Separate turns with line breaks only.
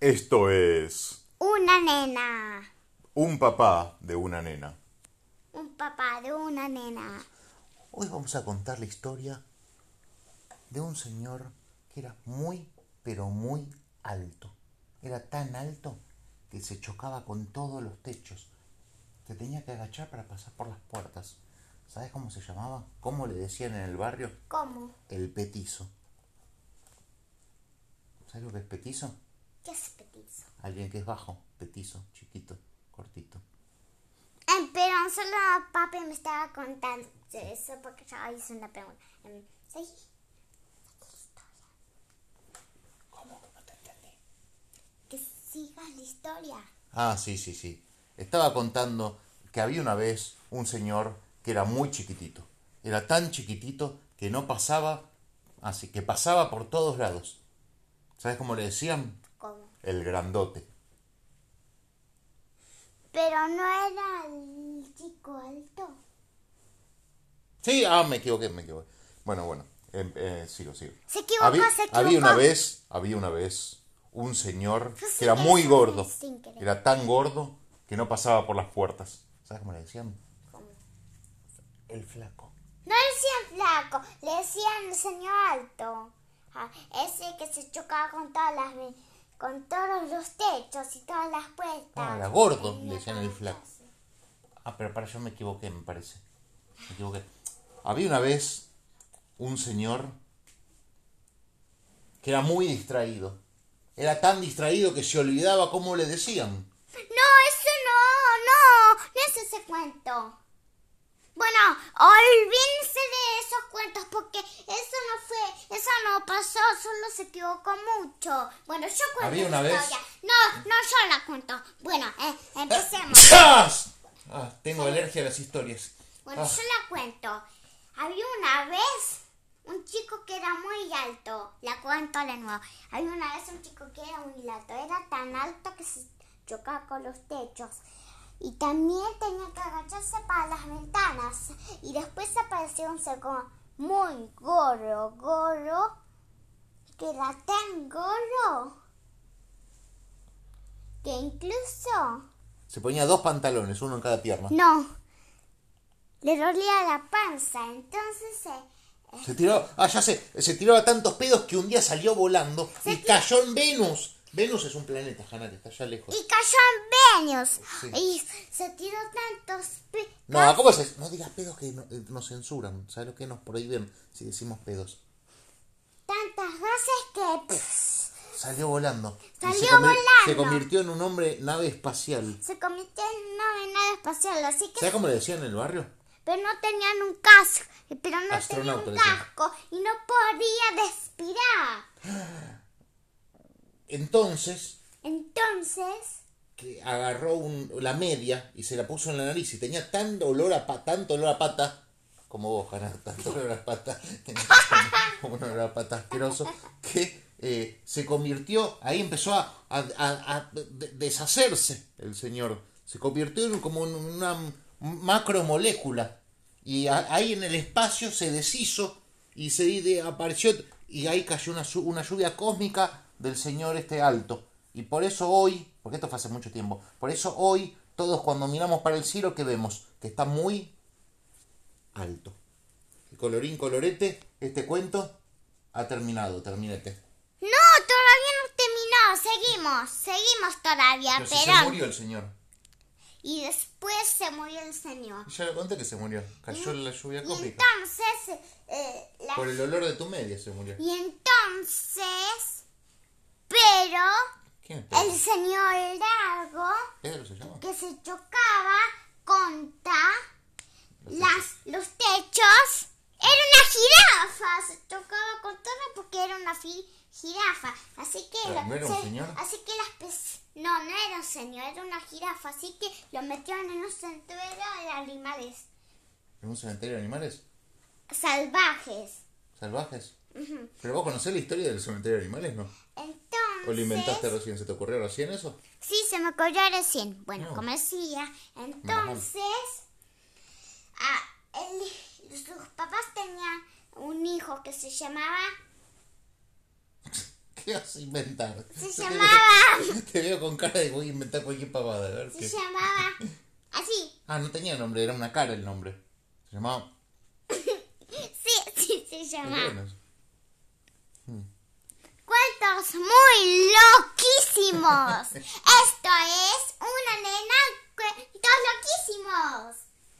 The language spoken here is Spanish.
Esto es
Una nena.
un papá de una nena.
Un papá de una nena.
Hoy vamos a contar la historia de un señor que era muy, pero muy alto. Era tan alto que se chocaba con todos los techos. Se tenía que agachar para pasar por las puertas. ¿Sabes cómo se llamaba? ¿Cómo le decían en el barrio?
¿Cómo?
El petizo. ¿Sabes lo que es petizo?
¿Qué es petizo?
Alguien que es bajo, petizo, chiquito, cortito.
Em, pero solo papi me estaba contando eso porque ya hice una pregunta. Em, sí.
¿Cómo? No te entendí.
Que sigas la historia.
Ah, sí, sí, sí. Estaba contando que había una vez un señor que era muy chiquitito. Era tan chiquitito que no pasaba, así que pasaba por todos lados. ¿Sabes cómo le decían?
¿Cómo?
El grandote.
Pero no era el chico alto.
Sí, ah, me equivoqué, me equivoqué. Bueno, bueno, em- eh, sigo, sigo.
Se equivocó,
había,
se equivocó.
Había una vez, había una vez un señor
Yo sé
que era
que
muy
eso
gordo.
es sin querer.
Era tan gordo que no pasaba por las puertas. ¿Sabes cómo le decían? El flaco.
No le decían flaco, le decían señor alto. Ah, ese que se chocaba con todas las ve- con todos los techos y todas las puertas.
Ah, era gordo,
En
le
la
decían el flaco.
casa.
Ah, pero para yo me equivoqué, me parece. Me equivoqué. Había una vez un señor que era muy distraído. Era tan distraído que se olvidaba cómo le decían.
No, eso no, no, no es ese cuento. Bueno, olvídense de esos cuentos porque eso no fue, eso no pasó, solo se equivocó mucho. Bueno, yo cuento
Había
la
una vez-
historia. No, no, yo la cuento. Bueno, eh, empecemos.
¡Chas! Ah, tengo alergia a las historias.
Bueno,
Ah,
yo la cuento. Había una vez un chico que era muy alto. La cuento de nuevo. Había una vez un chico que era muy alto. Era tan alto que se chocaba con los techos. Y también tenía que agacharse para las ventanas. Y después apareció un seco muy gorro, gorro. Que era tan gorro. Que incluso...
se ponía dos pantalones, uno en cada pierna.
No. Le dolía la panza, entonces eh,
Se tiraba, ah, ya sé, se tiraba tantos pedos que un día salió volando y cayó en Venus. Venus es un planeta, Hanna, que está allá lejos.
y cayó en Venus.
Sí.
Y se tiró tantos pe-
No, ¿cómo es? No digas pedos que no- eh, nos censuran. ¿Sabes lo que nos prohíben si decimos pedos?
tantas gases que pff,
Salió volando. Y
Salió
se convi-
volando.
Se convirtió en un hombre nave espacial.
se convirtió en una nave espacial, así que
¿Sabes cómo le decían en el barrio?
pero no tenían un casco, pero no tenían
Astronauta,
un
decían.
casco y no podía respirar.
Entonces,
Entonces,
que agarró un- la media y se la puso en la nariz y tenía tan dolor a pa- tanto olor a pata, como vos, Jana, tanto olor a pata, tenía un un olor a pata asqueroso, que eh, se convirtió, ahí empezó a, a- a- a de- deshacerse el señor, se convirtió en como en una macromolécula y a- ahí en el espacio se deshizo y se y de- apareció y ahí cayó una, su- una lluvia cósmica del señor este alto. Y por eso hoy, porque esto fue hace mucho tiempo, por eso hoy todos cuando miramos para el cielo que vemos que está muy alto. Y colorín colorete, este cuento ha terminado, terminete.
no, todavía no terminó, seguimos, seguimos todavía,
Pero
pero,
si se murió el señor.
y después se murió el señor.
Ya le conté que se murió. Cayó en la lluvia
Y
cósmica.
entonces, eh, la-
Por el olor de tu media se murió.
y entonces, pero
¿Quién es
el
Pedro?
señor largo
¿Pedro se llama?
que se chocaba contra las, los techos era una jirafa, se chocaba con todo porque era una fi- jirafa. Así que,
Pero,
lo-
¿no era un
se-
señor?
así que las pes- no, no era un señor, era una jirafa, así que lo metieron en un santuario de animales
¿En un cementerio de animales?
salvajes.
¿Salvajes? ¿Pero vos conocés la historia del cementerio de animales, no?
Entonces.
¿O lo inventaste recién? ¿Se te ocurrió recién eso?
Sí, se me ocurrió recién. Bueno,
No.
como decía, entonces. ah, él- sus papás tenían un hijo que se llamaba.
¿Qué vas a inventar?
Se
Te veo-
llamaba-
Te veo con cara de voy a inventar cualquier pavada. A ver
Se
qué.
llamaba así.
Ah, no tenía nombre, era una cara el nombre. Se llamaba.
Sí, sí, se llamaba.
Bueno,
Cuentos muy loquísimos. Esto es